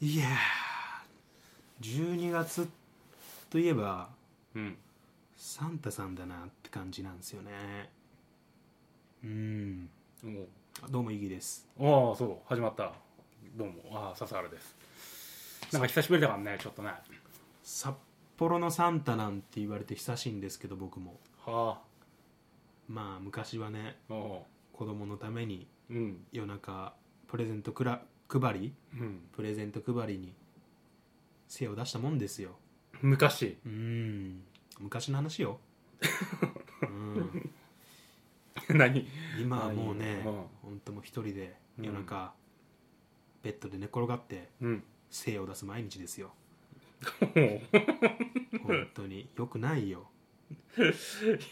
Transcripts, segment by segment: いやー12月といえばうんサンタさんだなって感じなんですよねうんあどうもイギですおああそう始まったどうもああ笹原ですなんか久しぶりだからねちょっとねは札幌のサンタなんて言われて久しいんですけど僕もあまあ昔はねおお子供のためにううん夜中プレゼントくら配りうんプレゼント配りに精を出したもんですよ昔 うーん昔の話ようん何今はもうあいいねようん本当もう一人で夜中、ベッドで寝転がってうん精を出す毎日ですよい本当によくないよ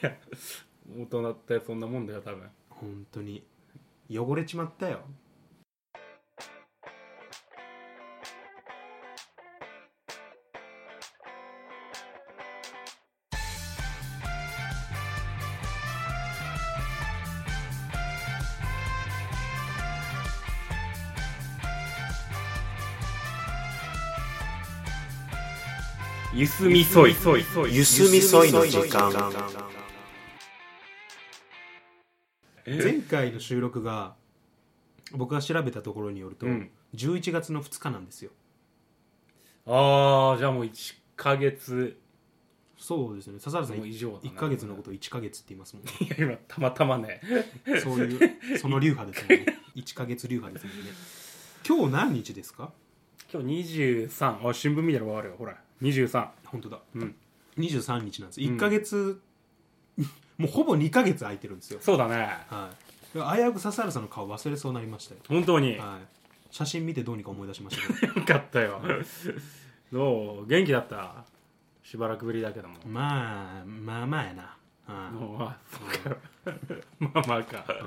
や大人ってそんなもんだよ多分本当に汚れちまったよゆすみそいそいそいゆすみそいの時間前回の収録が僕が調べたところによると、うん11月の2日なんですよああじゃあもう1ヶ月そうですね笹原さんもう以上だな1ヶ月のことを1ヶ月って言いますもんねいや今たまたまね そういう、その流派ですもんね。1ヶ月流派ですもんね。今日何日ですか今日23あ新聞見たらわかるよほら23本当だ。うん23日なんです。1ヶ月、 もうほぼ2ヶ月空いてるんですよ。そうだねはい。危うく笹原さんの顔忘れそうになりましたよ。本当にはい。写真見てどうにか思い出しました けど。よかったよどう元気だったしばらくぶりだけども、まあ、まあまあやな。はもうあそっかまあまあかい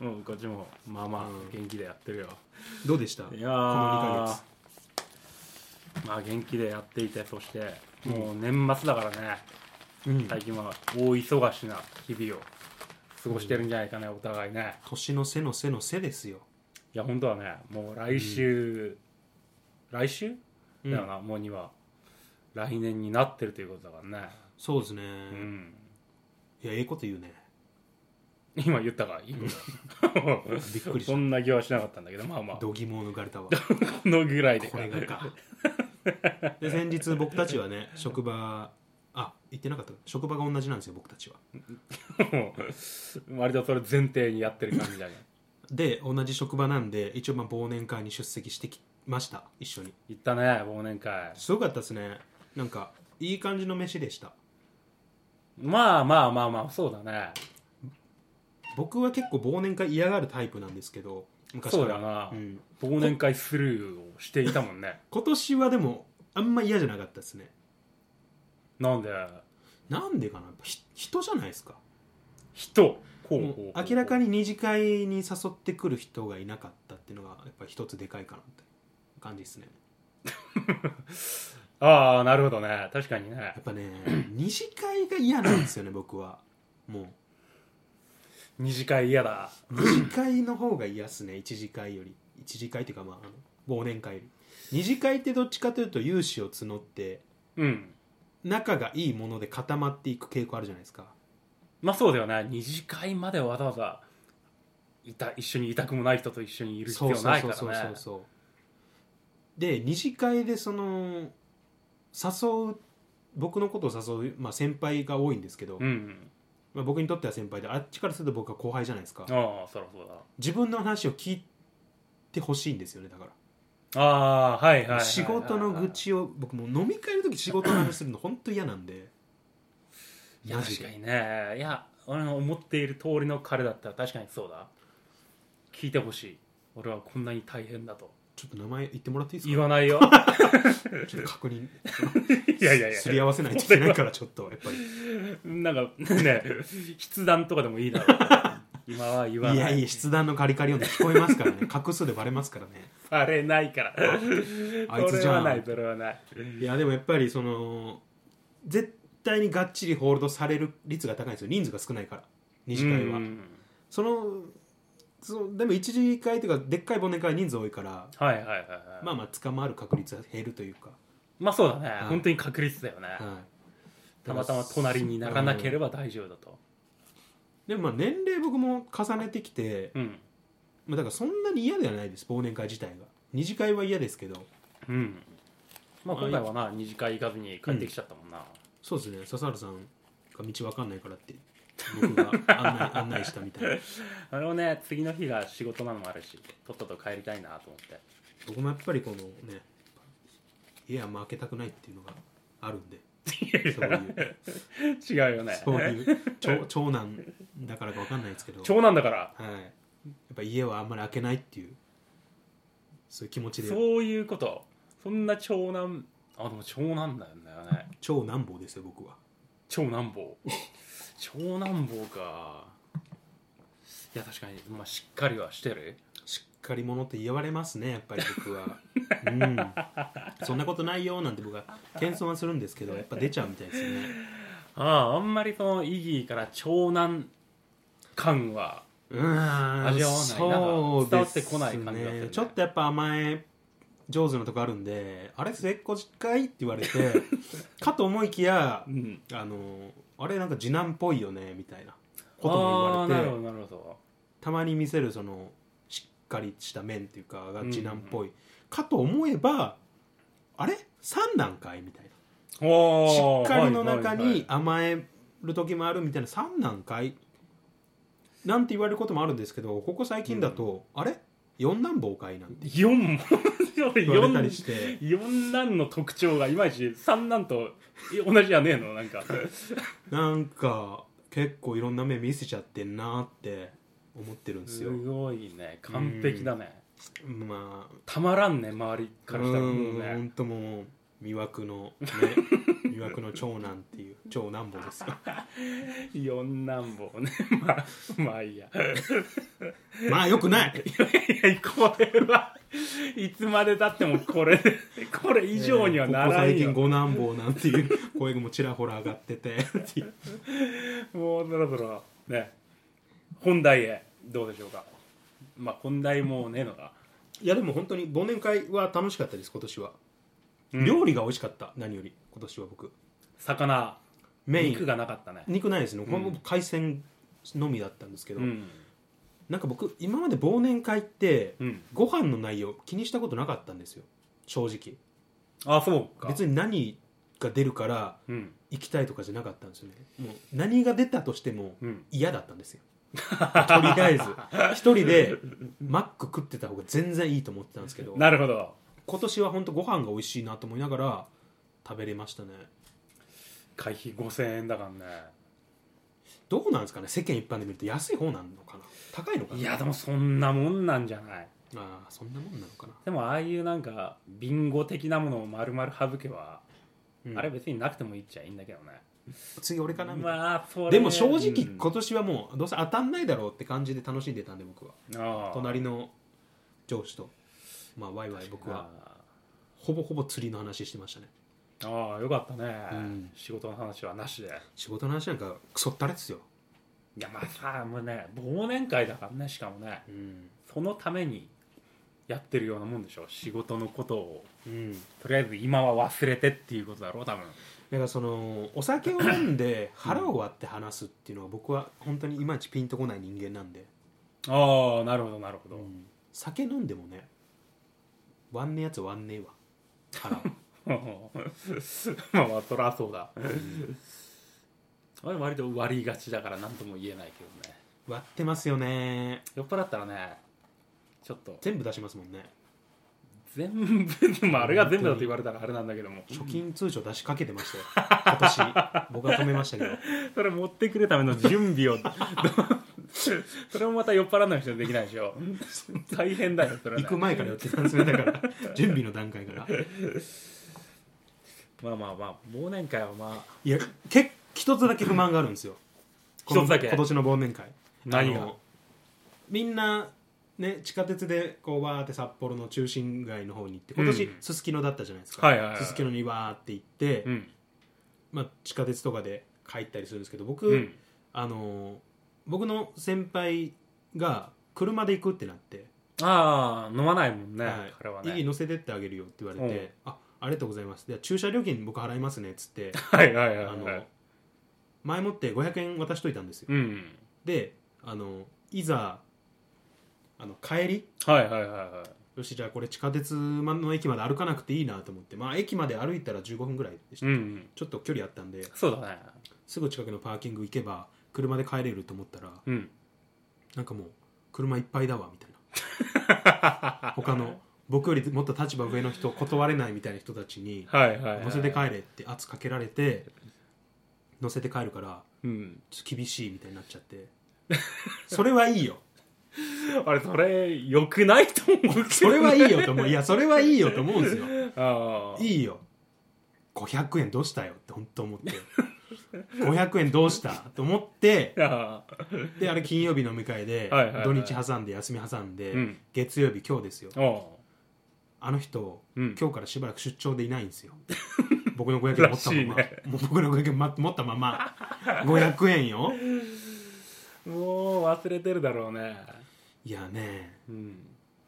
うんもうこっちもまあまあうん元気でやってるよどうでしたいこやーの2ヶまあ元気でやっていてそしてもう年末だからね、月。うん。最近は大忙しな日々を過ごしてるんじゃないかね、お互いね年の背の背の背ですよ。いや本当はねもう来週、来週うんだよな、もうには来年になってるということだからねそうですね。うんいや、ええこと言うね。今言ったかいい ことびっくりしそた。んな気はしなかったんだけどまあまあこ度肝を抜かれたわ。のぐらいでこれが かで先日僕たちはね職場あ行ってなかった職場が同じなんですよ僕たちはもう割とそれ前提にやってる感じだねで同じ職場なんで一応まあ忘年会に出席してきました一緒に行ったね忘年会すごかったですねなんかいい感じの飯でしたまあまあまあまあそうだね僕は結構忘年会嫌がるタイプなんですけど昔かそうらだな、ん忘年会スルーをしていたもん ね今年はでもあんま嫌じゃなかったですねなんでなんでかなやっぱひ人じゃないですか人こもう明らかにに二次会に誘ってくる人がいなかったっていうのがやっぱ一つでかいかなって感じですねああなるほどね確かにねやっぱね二次会が嫌なんですよね僕はも二次会嫌だう二次会の方が嫌っす ね一次会より一次会っていうかまああの忘年会より二次会ってどっちかというと融資を募ってうん仲がいいもので固まっていく傾向あるじゃないですかまあそうだよね二次会までわざわざいた一緒にいたくもない人と一緒にいる必要ないからそねうそうそうそうそうで二次会でその誘う僕のことを誘う、まあ、先輩が多いんですけど、うんまあ、僕にとっては先輩であっちからすると僕は後輩じゃないですかああそらそう自分の話を聞いてほしいんですよねだからだああーはいはいはいはい仕事の愚痴を僕もう飲み会の時仕事の話するの本当嫌なんでいやマ確ジかでにねいや俺の思っている通りの彼だったら確かにそうだ聞いてほしい俺はこんなに大変だとちょっと名前言ってもらっていいです言かわないよちょっと確認 いやいやいやすり合わせないといけないからちょっとやっ ぱりなんかね筆談とかでもいいだろう今は言わないいやいや筆談のカリカリ音で聞こえますから ね画数でバレますからねされないからあいつじゃんそれはないそれはないいやでもやっぱりその絶対にがっちりホールドされる率が高いんですよ人数が少ないから二次会はうんそのそうでも一次会というかでっかい忘年会は人数多いからはいはいはいはいまあまあ捕まる確率は減るというか、まあそうだね、い本当に確率だよね、はい、たまたま隣にならなければ大丈夫だとでもまあ年齢僕も重ねてきて、うんまあ、だからそんなに嫌ではないです忘年会自体が二次会は嫌ですけどうんまあまあ今回はな二次会行かずに帰ってきちゃったもんな、そうですね笹原さんが道わかんないからって僕が案 内案内したみたいなあれをね次の日が仕事なのもあるしとっとと帰りたいなと思って僕もやっぱりこのね家はんま開けたくないっていうのがあるんでそういう違うよねそういう長長男だからかわかんないですけど長男だからはい、やっぱ家はあんまり開けないっていうそういう気持ちでそういうことそんな長男あでも長男だよね超難坊ですよ僕は長男 坊長男坊かいや確かに、まあ、しっかりはしてるしっかり者って言われますねやっぱり僕 はうんそんなことないよなんて僕は謙遜はするんですけどやっぱ出ちゃうみたいですね あああんまりその意義から長男感はうーん味わわないなそう伝わでっすてこない感じがするねねちょっとやっぱ甘え上手なとこあるんであれ末っ子かいって言われ てかと思いきやうんあのあれなんか次男っぽいよねみたいなことあもあ言わなれるてほどなるほどたまに見せるそのしっかりした面っていうかがうん次男っぽい、かと思えばあれ三男かいみたいなしおーっかりの中はいはいには甘える時もあるみたいな三男かいなんて言われることもあるんですけどここ最近だと、あれ四男坊かいなんてい四 も言われたりして四男の特徴がいまいち三男と同じじゃねえのなんかなんか結構いろんな面見せちゃってんなって思ってるんです すよ、ごいね完璧だねまあたまらんね周りからしたらもううんね本当もう魅惑のね 魅惑の長男っていう長男坊 ですよ四男坊ね まあまあいいやまあよくないいやこれはいつまでたってもこれで これ以上にはならえーんここ最近よ、五男坊なんていう声もちらほら上がっててっていうもうそろそろね本題へどうでしょうかまあ本題もうねえのか、いやでも本当に忘年会は楽しかったです今年は、うん料理が美味しかった何より今年は僕魚メイン肉がなかったね肉ないですね、これうもん海鮮のみだったんですけど、うんなんか僕今まで忘年会って、うんご飯の内容気にしたことなかったんですよ正直あそうか別に何が出るからうん行きたいとかじゃなかったんですよねもう何が出たとしてもうん嫌だったんです よとりあえず一人でマック食ってた方が全然いいと思ってたんですけどなるほど今年は本当ご飯が美味しいなと思いながら食べれましたね会費5000円だからどうなんですかね世間一般で見ると安い方なのかな高いのかねないやでもそんなもんなんじゃないああそんなもんなのかな、でもああいうなんかビンゴ的なものを丸々省けば、うんあれ別になくてもいいっちゃいいんだけどね次俺かなみたいな、まあそれでも正直うん今年はもうどうせ当たんないだろうって感じで楽しんでたんで僕はああ隣の上司とまあワイワイ僕はあほぼほぼ釣りの話してましたねあああよかったね、うん仕事の話はなしで仕事の話なんかクソったれですよ、いやまあさもうね忘年会だからねしかもねうんそのためにやってるようなもんでしょ仕事のことをうん、だとりあえず今は忘れてっていうことだろう多分からそのお酒を飲んで腹を割って話すっていうのは僕は本当にいまいちピンとこない人間なんで、ああなるほどなるほど、酒飲んでもね割んねえやつは割んねえわ腹を まあまあそらそうだ俺割と割りがちだから何とも言えないけどね 割ってますよね酔っ払ったらねちょっと全部出しますもんね全部まああれが全部だと言われたらあれなんだけども貯金通帳出しかけてましたよ今年僕は止めましたけど それ持ってくるための準備を それもまた酔っ払わない人はできないでしょ大変だよそれ、ね、行く前からやってたんですねだ から準備の段階からまあまあまあ忘年会はまあいやけ一つだけ不満があるんですよ一つだけこの今年の忘年会何があのみんなね地下鉄でこうわーって札幌の中心街の方に行って今う年んすすきのだったじゃないですか、はいはいはいすすきのにわーって行って、うんまあ、地下鉄とかで帰ったりするんですけど僕、うんあの僕の先輩が車で行くってなって、ああ飲まないもんね、はい彼は家にね乗せてってあげるよって言われうんて「あありがとうございます」で「駐車料金僕払いますね」っつってはいはいはいあはいの前もって500円渡しといたんですようんであのいざあの帰りはいはいはいはいよしじゃあこれ地下鉄の駅まで歩かなくていいなと思ってまあ駅まで歩いたら15分ぐらいでした、うんうんちょっと距離あったんでそうだねすぐ近くのパーキング行けば車で帰れると思ったらうんなんかもう車いっぱいだわみたい な他の僕よりもっと立場上の人断れないみたいな人たちにはいはい、はい、乗せて帰れって圧かけられて乗せて帰るからうんちょっと厳しいみたいになっちゃって それはいいよあれそれ良くないと思うけど、ね、それはいいよと思ういやそれはいいよと思うん ですよああいいよ500円どうしたよって本当思って500円どうしたと思ってあであれ金曜日飲み会ではいはいはい土日挟んで休み挟んで、うん月曜日今日ですよあおあの人、うん今日からしばらく出張でいないん ですよ僕の500円持ったまま、らしいねもう僕の500円ま持ったまま500円ようもう忘れてるだろうねいやねうん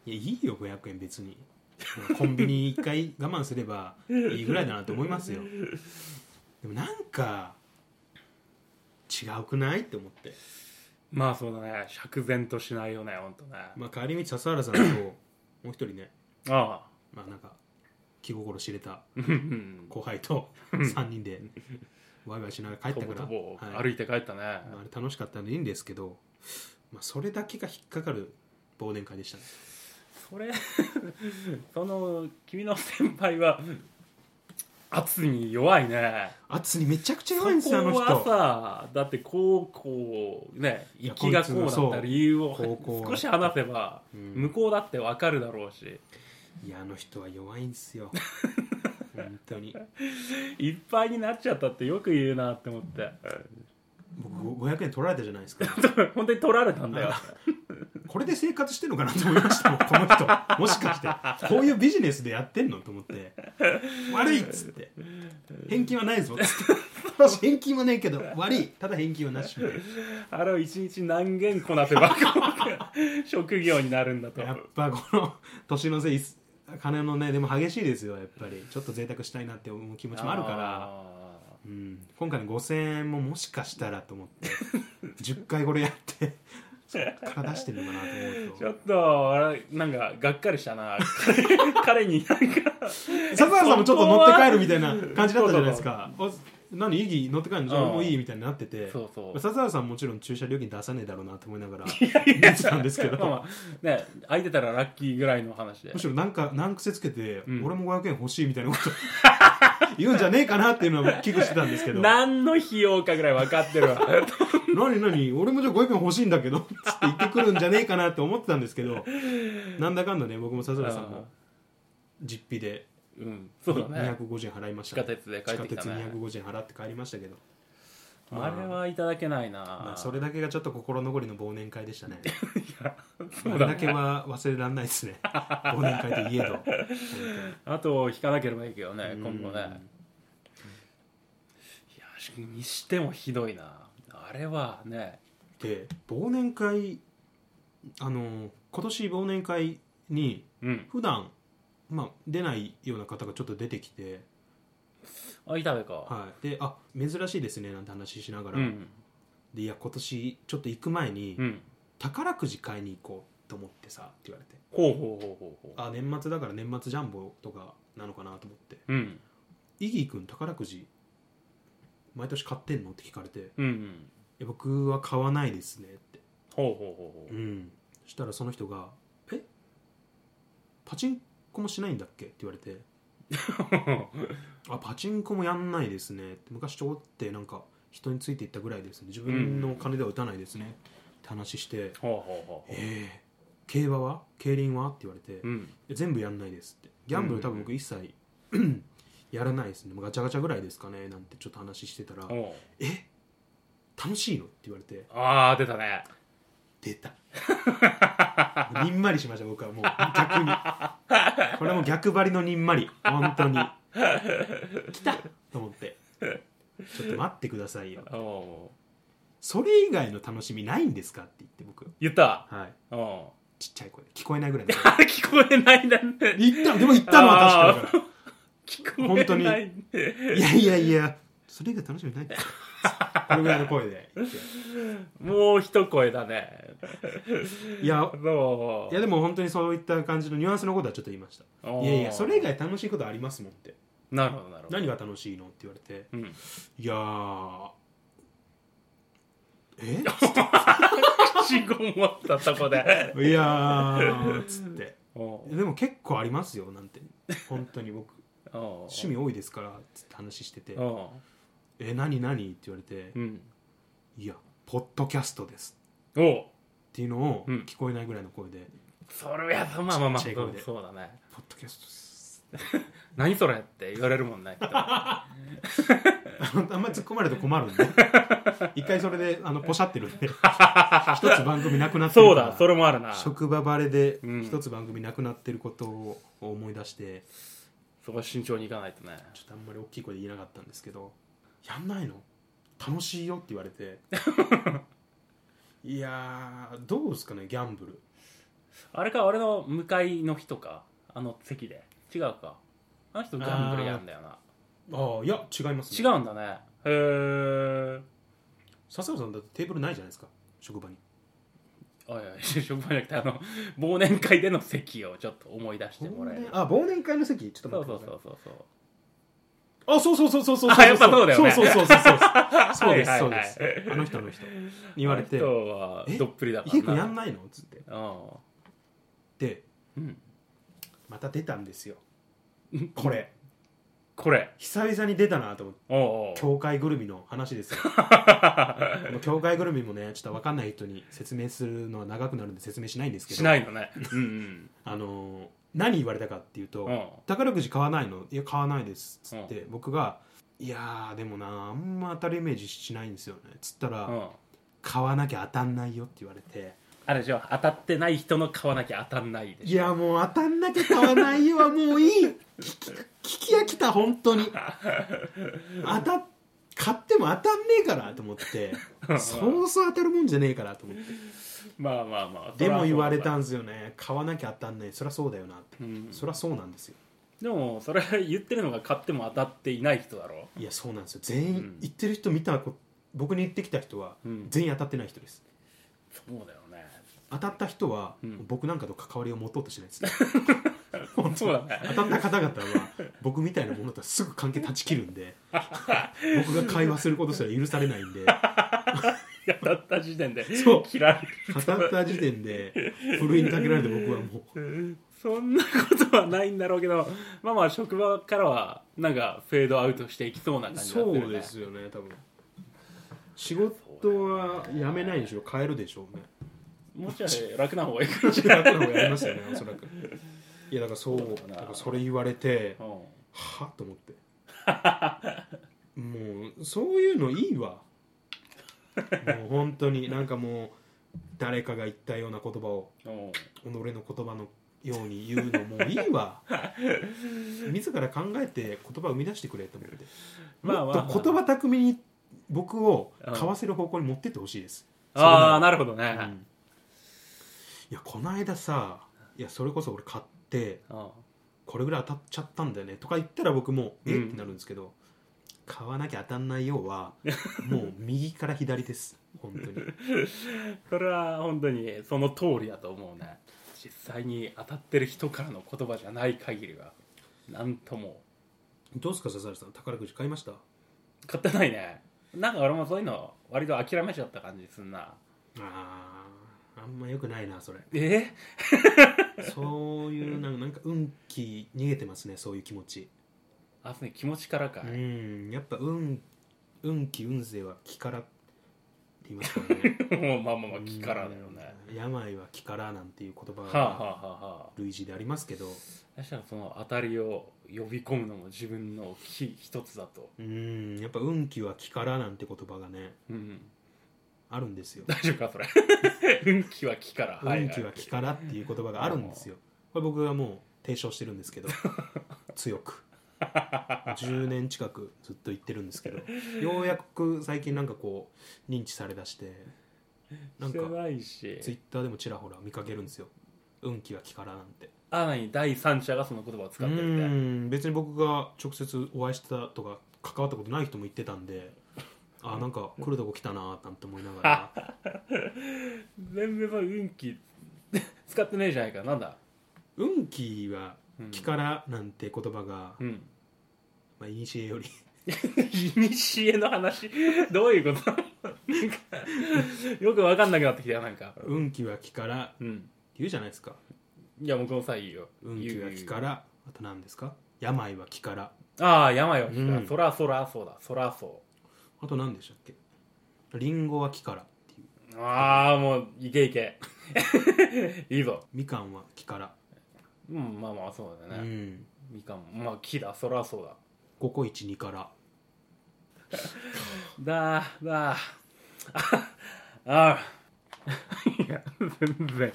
いやいいよ500円別にコンビニ一回我慢すればいいぐらいだなと思いますよでもなんか違うくないって思って、まあそうだね釈然としないよねほんとねまあ、帰り道笹原さん ともう一人ねああまあなんか気心知れたうん うん後輩と3人でワイワイしながら帰とったかぼらとぼはい歩いて帰ったね、まああれ楽しかったんでいいんですけど、まあ、それだけが引っかかる忘年会でしたねそれ その君の先輩は圧に弱いね圧にめちゃくちゃそ弱いんですよあのこは人さだって高校ねいや行きがこうだった理由こをいつのそう高校少し話せばうん向こうだってわかるだろうしいやあの人は弱いんですよ本当にいっぱいになっちゃったってよく言うなって思って 僕500円取られたじゃないですか本当に取られたん だよこれで生活してるのかなと思いましたもんこの人もしかしてこういうビジネスでやってんのと思って悪いっつって返金はないぞっつ って私返金はねえけど悪いただ返金はなしみたいなあれを一日何件こなせば職業になるんだとやっぱこの年のせい金のねでも激しいですよやっぱりちょっと贅沢したいなって思う気持ちもあるから、あうん、今回の5000円ももしかしたらと思って10回これやってそっから出してるのかなと思うー ちとょっとあれなんかがっかりしたな 彼になんか笹原さんもちょっと乗って帰るみたいな感じだったじゃないですかお何意義乗って帰るのじゃあ俺もういいみたいになっててそうそう笹原さんもちろん駐車料金出さねえだろうなと思いながら見てたんですけまあどまあね空いてたらラッキーぐらいの話でむしろなんか難癖つけて、うん俺も500円欲しいみたいなこと 言うんじゃねえかなっていうのは危惧してたんですけど何の費用かぐらい分かってるわ何何俺もじゃあ500円欲しいんだけどつって言ってくるんじゃねえかなって思ってたんですけどなんだかんだね僕も笹原さんも実費でうんそうだね250円払いまし地たね、下鉄で帰ってきた地下ね鉄250円払って帰りましたけどあれはいただけないな、まあ、それだけがちょっと心残りの忘年会でした ねそそれうだだねけは忘れられないですね忘年会といえ どあと引かなければいいけどね今うん後ねいやしにしてもひどいなあれはねで忘年会あの今年忘年会にうん普段まあ出ないような方がちょっと出てきて、あいたべか、はい、で「あ珍しいですね」なんて話しながら、うんでいや今年ちょっと行く前にうん宝くじ買いに行こうと思ってさって言われてほうほうほうほうほあ年末だから年末ジャンボとかなのかなと思ってううんイギー君宝くじ毎年買ってんのって聞かれていうんうんや僕は買わないですねってほうほうほうほううんそしたらその人が「えパチンコもしないんだっけ?」って言われて「あパチンコもやんないですね」って昔ちょこってなんか人についていったぐらいですね自分の金では打たないですねって話してほうほうほ「うほえー、競馬は競輪は?」って言われてううん「全部やんないです」ってギャンブル多分僕一切やらないですねもうガチャガチャぐらいですかねなんてちょっと話してたら「ほえ楽しいの?」って言われてうああ出たね出たにんまりしました僕はもう逆にこれはもう逆張りのにんまり本当に来たと思ってちょっと待ってくださいよおそれ以外の楽しみないんですかって言って僕言ったはいうんあちっちゃい声で聞こえないぐらいでれ聞こえないんだね言ったでも言ったのは確かだか聞こえないらいやいやいやそれ以外楽しみないんですかこれぐらいの声で言ってもう一声だねいやどいうやでも本当にそういった感じのニュアンスのことはちょっと言いましたあーいやいやそれ以外楽しいことありますもんってなるほどなるほど何が楽しいのって言われてうんいやーえ信号持ったとこでいやーつっておうでも結構ありますよなんて本当に僕おう趣味多いですからつって話しててお「え何何?」って言われてううん「いやポッドキャストです」おうっていうのをうん聞こえないぐらいの声でそれやまあまあまあちっちゃい声でそうだね「ポッドキャストです何それって言われるもんねきっと」あんまり突っ込まれると困るん で一回それであのポシャってるんで一つ番組なくなってそうるからだそれもあるなそ職場バレでうん一つ番組なくなってることを思い出して、こは慎重にいかないとねちょっとあんまり大きい声で言えなかったんですけど「やんないの楽しいよ」って言われ ていやーどうですかねギャンブルあれか俺の向かいの人かあの席で違うかあの人ギャンブルやんだよなああいや違います違ねうんだねへえ笹野さんだってテーブルないじゃないですか職場においおい職場じゃなくてあの 忘年会での席をちょっと思い出してもらえるあ忘年会の席ちょっと待そうってそくうださいそうそうそあそうそうそううそうそうあやっぱそうだよねそうそうそうそ うそうですはいそうはいではいすあの人あの人に言われてあの人はえどっぷりだ「から家君やんないの?」っつってうでんまた出たんですようんこれこれ久々に出たなと思っておうおう教会ぐるみの話です よこの教会ぐるみもねちょっと分かんない人に説明するのは長くなるんで説明しないんですけどしない のねうんあのー何言われたかっていうと、うんうん宝くじ買わないのいや買わないです」っつって、僕が「いやーでもなあんま当たるイメージしないんですよね」つったら、うん買わなきゃ当たんないよ」って言われてあれでしょ当たってない人の買わなきゃ当たんない「でいしょやもう当たんなきゃ買わないよはもういい聞き聞き飽きた本当に当たっ買っても当たんねえから」と思って「そうそう当たるもんじゃねえから」と思 ってまあまあまあでも言われたうんですよね買わなきゃ当たんないそりゃそうだよなって、んそりゃそうなんですよでもそれ言ってるのが買っても当たっていない人だろいやそうなんですよ全員、うん言ってる人見たこ僕に言ってきた人は、うん全員当たってない人ですそうだよね当たった人は、うん僕なんかと関わりを持とうとしないです そうだね当たった方々は僕みたいなものとはすぐ関係断ち切るんで僕が会話することすら許されないんで当たった時点でそう切られる当たった時点でふるいにかけられて僕はもうそんなことはないんだろうけどまあまあ職場からはなんかフェードアウトしていきそうな感じになってるねそうですよね多分仕事は辞めないでしょ変えるでしょ うねもうちょい楽な方がいいかこもちしれならいの方がやりますよねおそらくいやだからそうそうだなだからそれ言われてうんはと思ってもうそういうのいいわもう本当になんかもう誰かが言ったような言葉をうん己の言葉のように言うのもういいわ自ら考えて言葉を生み出してくれと思ってまあもまあっと言葉巧みに僕を買わせる方向に持ってってほしいですああなるほどそれならうねんいやこの間さいやそれこそ俺買ってうんこれぐらい当たっちゃったんだよねとか言ったら僕もえうんってなるんですけど、買わなきゃ当たんないよう はもう右から左です本当にそれは本当にその通りだと思うね実際に当たってる人からの言葉じゃない限りはなんともどうですか笹原さん宝くじ買いました買ってないねなんか俺もそういうの割と諦めちゃった感じすんなあーあんまよくないなそれえそういうなんかなんか運気逃げてますねそういう気持ち、あそうね気持ちからか、うんやっぱ運運気運勢は気からって言いますからね もうまあまあまあ気からだよねうん病は気からなんていう言葉はあはがあはあはあ類似でありますけど、そしたらその当たりを呼び込むのも自分の気一つだとうんやっぱ運気は気からなんて言葉がねうんあるん ですよ、大丈夫かそれ 運気は気からい運気は気 からっていう言葉があるんですよこれ僕がもう提唱してるんですけど強く10年近くずっと言ってるんですけどようやく最近なんかこう認知されだしてなんしてかないしツイッターでもちらほら見かけるんですよ運気が気からなんてあ何第三者がその言葉を使うってるってん別に僕が直接お会いしてたとか関わったことない人も言ってたんであなんか来るとこ来たなーなんて思いなが ら全然それ運気使ってねえじゃないかなんだ、運気はうん、気からなんて言葉がう、んまあ、いにしえよりいにしえの話どういうことなんかよく分かんなくなってきたよなんか運気は気からうん言うじゃないですかいや僕もさいいよ運気は気か言うらあと何ですか病は気から言うああ山よ、うんそらそらそうだそらそあと何でしたっけリンゴは木からっていううああもういけいけいいぞみかんは木から、うんまあまあそううだね、んみかんもまあ木だそらそうだココイチ2からだーだーああいや全然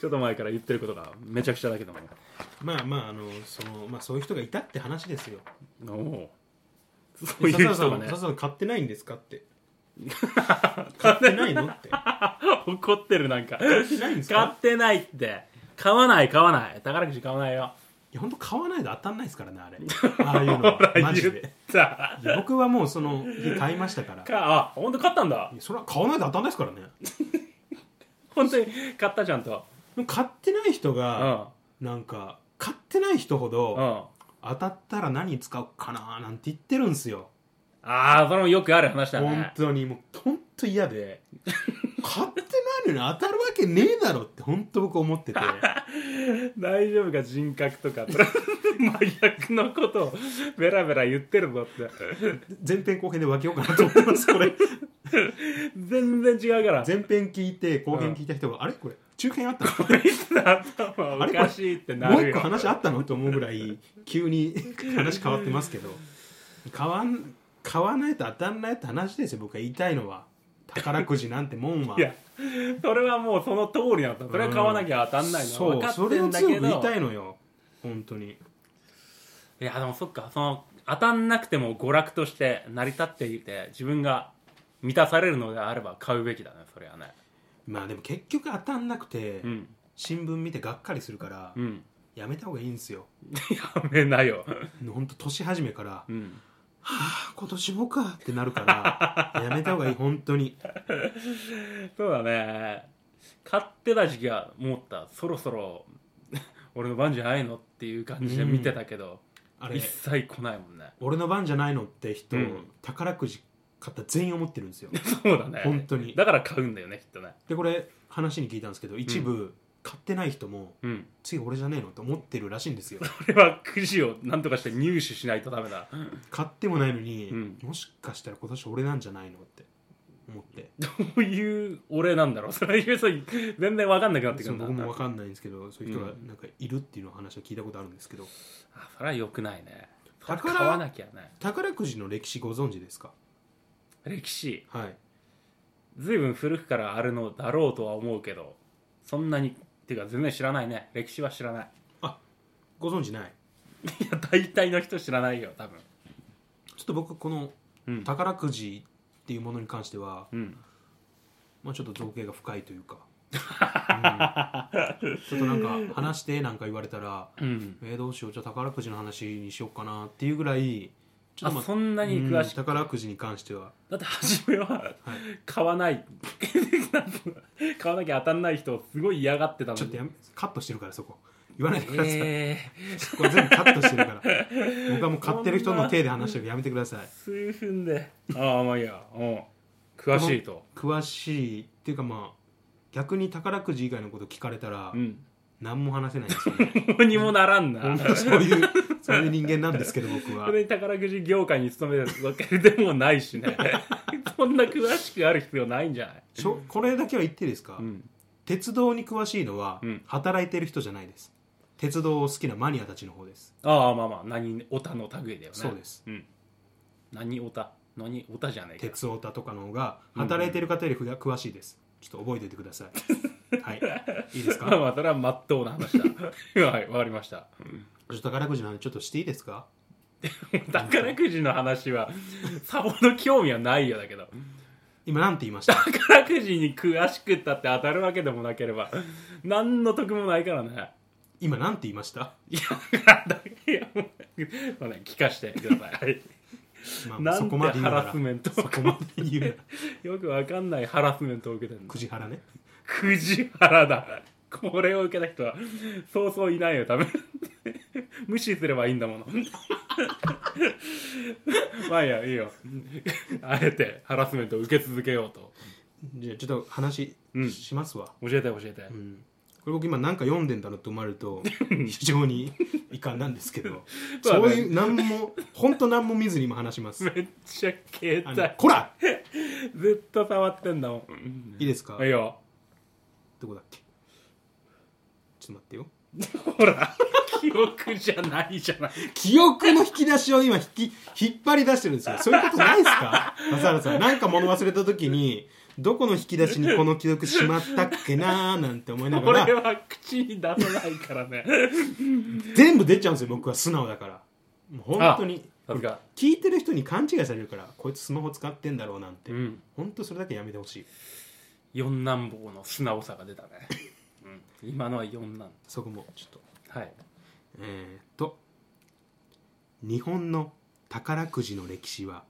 ちょっと前から言ってることがめちゃくちゃだけどもまあまああのその、まあ、そういう人がいたって話ですよおおそうえい笹う田さ人がんね笹田さん買ってないんですかって 買ってないのって買怒ってるなんっかてないんです買かってないって買わない買わない宝くじ買わないよいや本当買わないと当たんないですからねあ れああいうのはマジ言っでたいや僕はもうその日買いましたからいかあ本当買ったんだやそれは買わないと当たんないですからね本当に買ったちゃんとでも買ってない人うんが、なんか買ってない人ほど、うんあ当たったら何使うかななんて言ってるんすよあーそれもよくある話だ本ね当 にもう本当嫌で 買ってないのに当たるわけねえだろって本当僕思って て大丈夫か人格とか 真逆のことをベラベラ言ってるぞって前編後編で分けようかなと思いますこれ全然違うから前編聞いて後編聞いた人が、あれこれ中編あったこいつの頭おかしいってのなもうる一個よ話あったのと思うぐらい急に 話変わってますけど買わん買わないと当たんないって話ですよ僕が言いたいのは宝くじなんてもんはいやそれはもうその通りなんだそれは買わなきゃ当たんないのそは分うかそっれてをんだ強けく言どいたいのよ本当にいやでもそっかその当たんなくても娯楽として成り立っていて自分が満たされるのであれば買うべきだねそれはねまあでも結局当たんなくて、うん新聞見てがっかりするから、うん やめた方がいいんですよやめなよほんと年始めからう、んはあ今年もかってなるから やめた方がいい本当にそうだね買ってた時期は思ったそろそろ 俺の番じゃないのっていう感じで見てたけど、あれ一切来ないもんね俺の番じゃないのって人、うん宝くじ買った全員思ってるんですよそうだね本当にだから買うんだよねきっとねでこれ話に聞いたんですけど一部、買ってない人もうん次俺じゃねえのと思ってるらしいん ですよこれはくじをなんとかして入手しないとダメ だ買ってもないのに、うんもしかしたら今年俺なんじゃないのって思ってどういう俺なんだろうそれいうそう全然わかんなくなってくそるうんだ僕も分かんないんですけどそういう人がうんなんかいるっていうの話を聞いたことあるんですけど、あそれは良くないね宝買わなきゃね宝くじの歴史ご存知ですか歴史はい随分古くからあるのだろうとは思うけどそんなにっていうか全然知らないね歴史は知らない ご存知ないいや大体の人知らないよ多分ちょっと僕このうん宝くじっていうものに関しては、 うんまあ、ちょっと造形が深いというか、うんちょっとなんか話してなんか言われたらうんえーどうしようじゃあ宝くじの話にしようかなっていうぐらいちょあっとまそんなあに詳うしんく宝くじに関してはだって初めは買わない 買わなきゃ当たんない人をすごい嫌がってたのにちょっとやめカットしてるからそこ言わないでください、えーこれ全部カットしてるから僕はもう買ってる人の手で話してるからやめてください数分でああまあいいやうん詳しいと詳しいっていうかまあ逆に宝くじ以外のこと聞かれたらうん 何も話せないんですよねどうにもならんな本当そういうそういう人間なんですけど僕はそれに宝くじ業界に勤めてるわけでもないし ねそんな詳しくある必要ないんじゃないちょこれだけは言っていいですか、うん鉄道に詳しいのはうん働いてる人じゃないです鉄道を好きなマニアたちの方です、ああまあまあ何オタの類だよねそうですうん何オタ何オタじゃねえか鉄オタとかの方が働いてる方よりふや詳しいですちょっと覚えておいてくださ いはいいいですまあかまあ それはまっとうな話だはいわかりましたちょっと宝くじの話ちょっとしていいですか宝くじの話はさほど興味はないよだけど今なんて言いました宝くじに詳しくったって当たるわけでもなければ何の得もないからね今なんて言いましたいやだからいやもうそうね聞かしてください、はいまあなそんこてまで言うハなラらスメントをそこまで言うなら よくわかんないハラスメントを受けてるのくじはらね藤原だこれを受けた人はそうそういないよ多分 無視すればいいんだもの まあいいやいいよあえてハラスメントを受け続けようとじゃあちょっと話うんしますわ、教えて教えて、うんこれ僕今なんか読んでんだなと思われる と非常に遺憾なんですけどまあそねういう何も本当何も見ずに今話しますめっちゃ携あ帯のこらずっと触ってんだもんいいですかいいよどこだっけちょっと待ってよほら記憶じゃないじゃない記憶の引き出しを今引き引っ張り出してるんですよそういうことないです か笠原さんなんか物忘れた時にどこの引き出しにこの記憶しまったっけなーなんて思いなこがれらは口に出さないからね全部出ちゃうんですよ僕は素直だからもう本当にさすが聞いてる人に勘違いされるからこいつスマホ使ってんだろうなんて、うん本当それだけやめてほしい四男坊の素直さが出たね、 うん、今のは四男そこもちょっとはいえーっと日本の宝くじの歴史は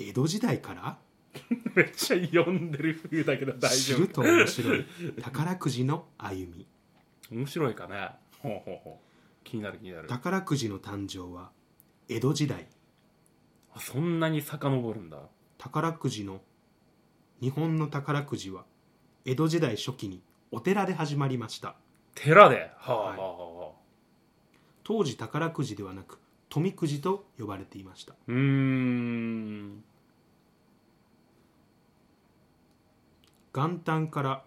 江戸時代から めっちゃ読んでる風だけど大知丈ると夫面白い宝くじの歩み面白いかねほうほうほう気になる気になる宝くじの誕生は江戸時代あそんなに遡るんだ宝くじの日本の宝くじは江戸時代初期にお寺で始まりました寺ではあ、はいはあはあ当時宝くじではなく富くじと呼ばれていましたうーん元旦から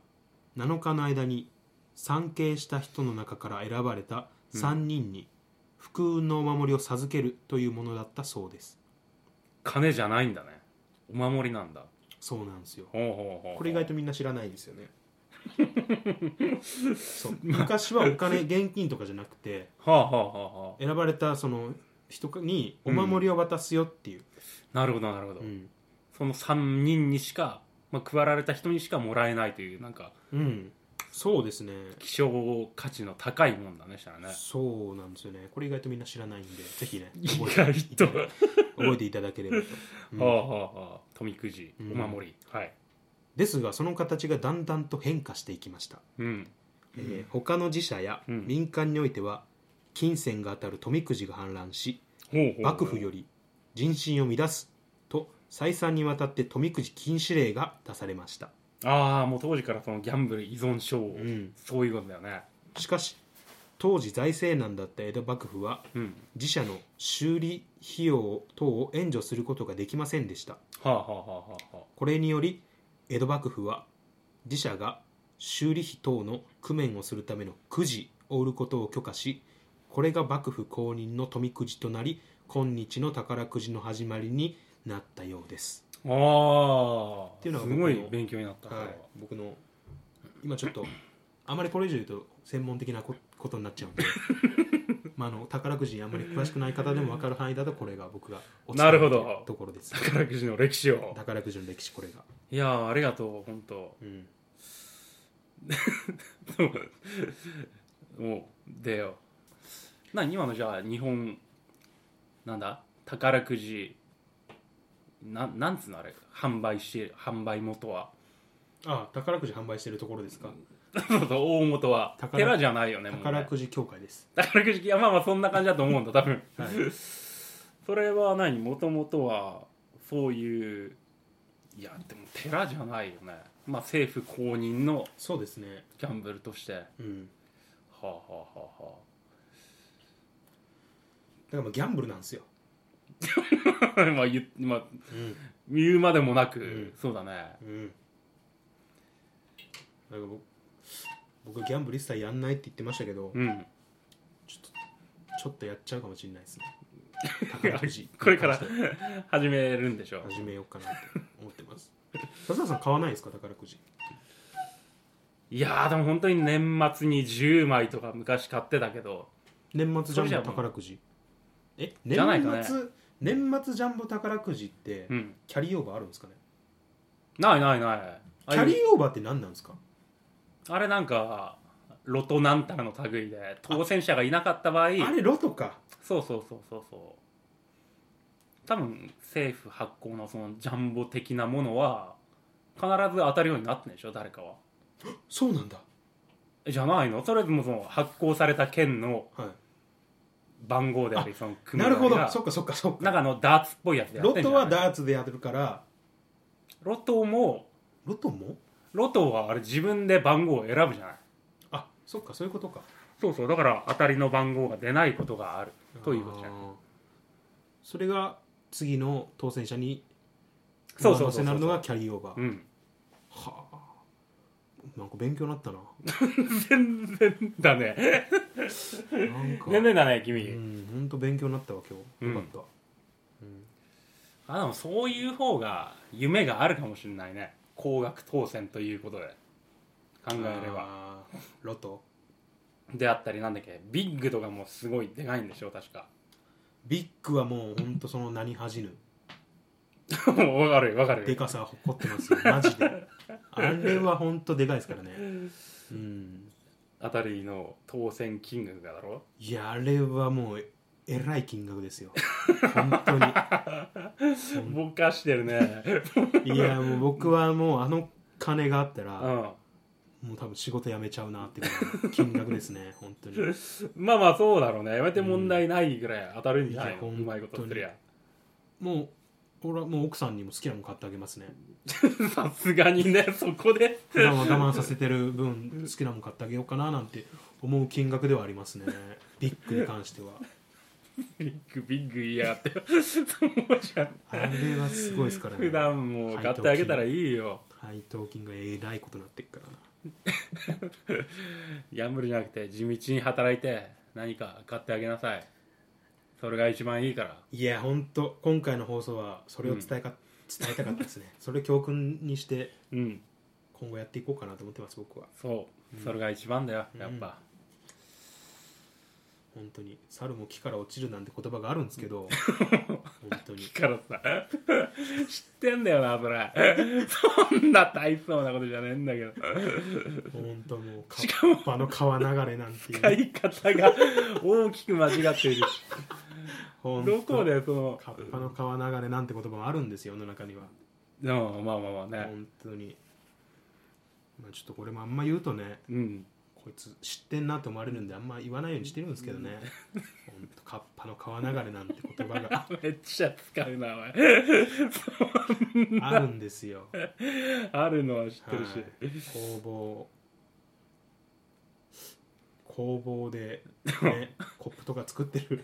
7日の間に参詣した人の中から選ばれた3人に福運のお守りを授けるというものだったそうです金じゃないんだねお守りなんだそうなんですよほうほうほうほうこれ意外とみんな知らないですよ ねそう昔はお金現金とかじゃなくてはあはあはあはあ選ばれたその人にお守りを渡すよっていう、なるほどなるほど、うんその3人にしか、まあ、配られた人にしかもらえないというなんかうんそうですね希少価値の高いもんだねしたらねそうなんですよねこれ意外とみんな知らないんでぜ ひね意覚え外と、はて覚えていただければと、うんあはあはあ富くじおうん守り、はいですがその形がだんだんと変化していきました、うんえー他の寺社やうん民間においては金銭が当たる富くじが氾濫しほうほうほう幕府より人心を乱すと再三にわたって富くじ禁止令が出されました、ああもう当時からそのギャンブル依存症、そういうことだよねしかし当時財政難だった江戸幕府はうん自社の修理費用等を援助することができませんでしたはあはあはあはあはあこれにより江戸幕府は自社が修理費等の工面をするためのくじを売ることを許可しこれが幕府公認の富くじとなり今日の宝くじの始まりになったようですあーっていうのがす僕ごのい勉強になった、はい、僕の今ちょっとあまりこれ以上言うと専門的なこことになっちゃうんでまああの宝くじにあんまり詳しくない方でも分かる範囲だとこれが僕がお伝えなるほどできところです宝くじの歴史を宝くじの歴史これが、いやーありがとう本当うんもう出ような今のじゃあ日本なんだ宝くじななんつうのあれ販売して販売元は あ宝くじ販売してるところですかそうそう大元は宝寺じゃないよねもうね宝くじ協会です宝くじいやまあまあそんな感じだと思うんだ多分、はい それは何もともとはそういういやでも寺じゃないよねまあ政府公認のそうですねギャンブルとしてはうんあはあはあはあだからまあギャンブルなんですよ、 まあ言うまあうん言うまでもなく、んそうだねうん、だから僕僕はギャンブル一切やんないって言ってましたけど、うんちょっとやっちゃうかもしれない ですね宝くじこれから始めるんでしょう始めようかなって思ってます笹田さん買わないですか宝くじいやーでも本当に年末に10枚とか昔買ってたけど年末じゃそれじんゃもう宝くじえじゃない年かね末、年末ジャンボ宝くじってうんキャリーオーバーあるんですかねないないないあキャリーオーバーって何なんですかあれなんかロトなんたらの類で当選者がいなかった場合あれロトかそうそうそうそうそう多分政府発行のそのジャンボ的なものは必ず当たるようになってんでしょ誰かはそうなんだえじゃないのそれともその発行された県のは番号でありそのい組なみ合るわせほがどそっかそっかそっなかんかあのダーツっぽいやつでやっロてんじゃトないはダーツでやってるからロトもロトもロトはあれ自分で番号を選ぶじゃないあそっかそういうことかそうそうだから当たりの番号が出ないことがあるということじゃないあーそれが次の当選者にそうそうそ上乗うそうせになるのがキャリーオーバー、うんはあなんか勉強になったな全然だねなんか全然だ ね君、うん本当勉強になったわ今日うんよかった、あでもそういう方が夢があるかもしれないね高額当選ということで考えればばロトであったりなんだっけビッグとかもすごいでかいんでしょ確か ビッグはもう本当その何恥じぬもうわかるよわかるでよかさ誇ってますよマ ジであれは本当でかいですからねうん当たりの当選金額がだろいやあれはもうえらい金額です よ本当にぼかしてるねいやもう僕はもうあの金があったら、うんもう多分仕事辞めちゃうなってぐらい金額です ね本当にいまあまあそうだろうねやめて問題ないぐらい当たるんじゃないいやの本う当にまいことすりゃ もう俺はもう奥さんにも好きなもの買ってあげますねさすがにねそこで普段は我慢させてる分好きなもの買ってあげようかななんて思う金額ではありますねビッグに関してはビッグビッグ言いやがってそうじゃんあれはすごいですからね 普段もう買ってあげたらいいよ配当金がえらいことになってるからなギャンブルじゃなくて地道に働いて何か買ってあげなさいそれが一番いいからいや本当今回の放送はそれを伝えか、伝えたかったですねそれを教訓にしてうん今後やっていこうかなと思ってます僕はそうそれが一番だよやっぱ、本当に猿も木から落ちるなんて言葉があるんですけど本当に木からさ 知ってんだよなそれそんな大層なことじゃねえんだけど本当もうカッパの川流れなんてい使うい方が大きく間違っているほんとどこでそのカッパの川流れなんて言葉もあるんですよ世の中にはでもまあまあまあね本当にまあちょっとこれもあんま言うとねうんこいつ知ってんなって思われるんであんま言わないようにしてるんですけどね本当カッパの川流れなんて言葉がめっちゃ使うなお前あるんですよあるのは知ってるし、はい工房工房 で、ね、コップとか作ってる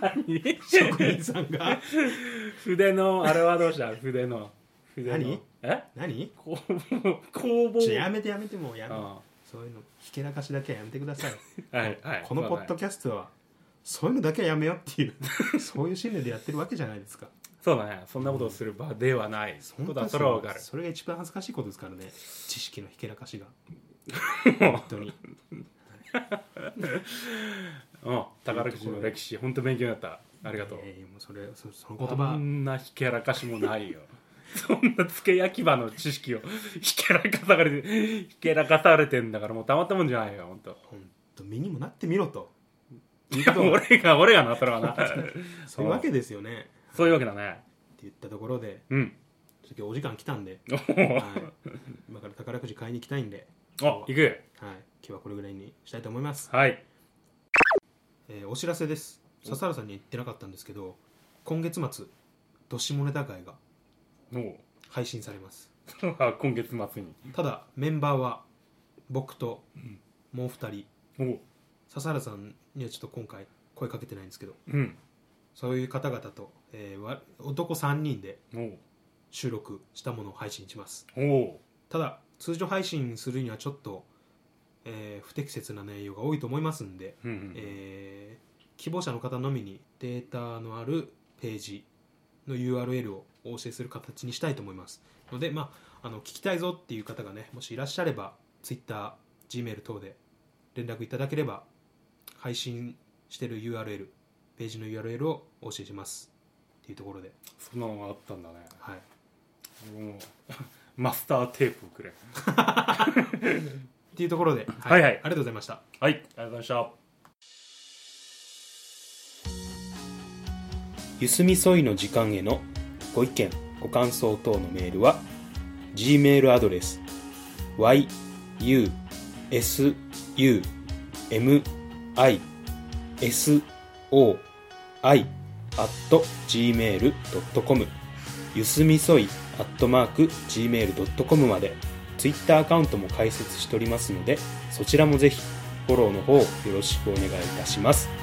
何職人さんが 筆のあれはどうした筆の筆の何え何工房工房ちょやめてやめてもうやめあそういうのひけらかしだけはやめてくだ さいあはいはいこのポッドキャストはそういうのだけはやめようっていう そういう信念でやってるわけじゃないですかそうだねそんなことをする場ではないそ本う当だにそれはわかるそれが一番恥ずかしいことですからね知識のひけらかし が本当にうん宝くじの歴史本当勉強になったありがとういやいやもうそれそその言こ葉んなひけらかしもないよ そんなつけ焼き場の知識を ひけらかされてひけらかされてんだからもうたまったもんじゃないよ本当本当身にもなってみろと いや俺が俺がなそれ はなそういうわけですよねそういうわけだねって言ったところで うんちょっと今日 お時間来たんで、おはいー、今から宝くじ買いに行きたいんで、お行くはい、今日はこれぐらいにしたいと思います、はいえーお知らせです笹原さんに言ってなかったんですけど今月末「どしもネタ会」がおう配信されますあ今月末にただメンバーは僕ともう2人おう笹原さんにはちょっと今回声かけてないんですけどうんそういう方々と、えーわ男3人でおう収録したものを配信しますおうただ通常配信するにはちょっと、えー不適切な内容が多いと思いますんで、うんうんえー希望者の方のみにデータのあるページの URL をお教えする形にしたいと思いますので、まあ、あの聞きたいぞっていう方がねもしいらっしゃれば TwitterGmail 等で連絡いただければ配信してる URL ページの URL をお教えしますっていうところで、そんなのがあったんだねはい、もう マスターテープをくれっていうところで、はいはいありがとうございましたはいありがとうございましたゆすみそいの時間へのご意見ご感想等のメールは G メールアドレス y u s u m i s o i gmail.com ゆすみそい gmail.com までツイッターアカウントも開設しておりますのでそちらもぜひフォローの方よろしくお願いいたします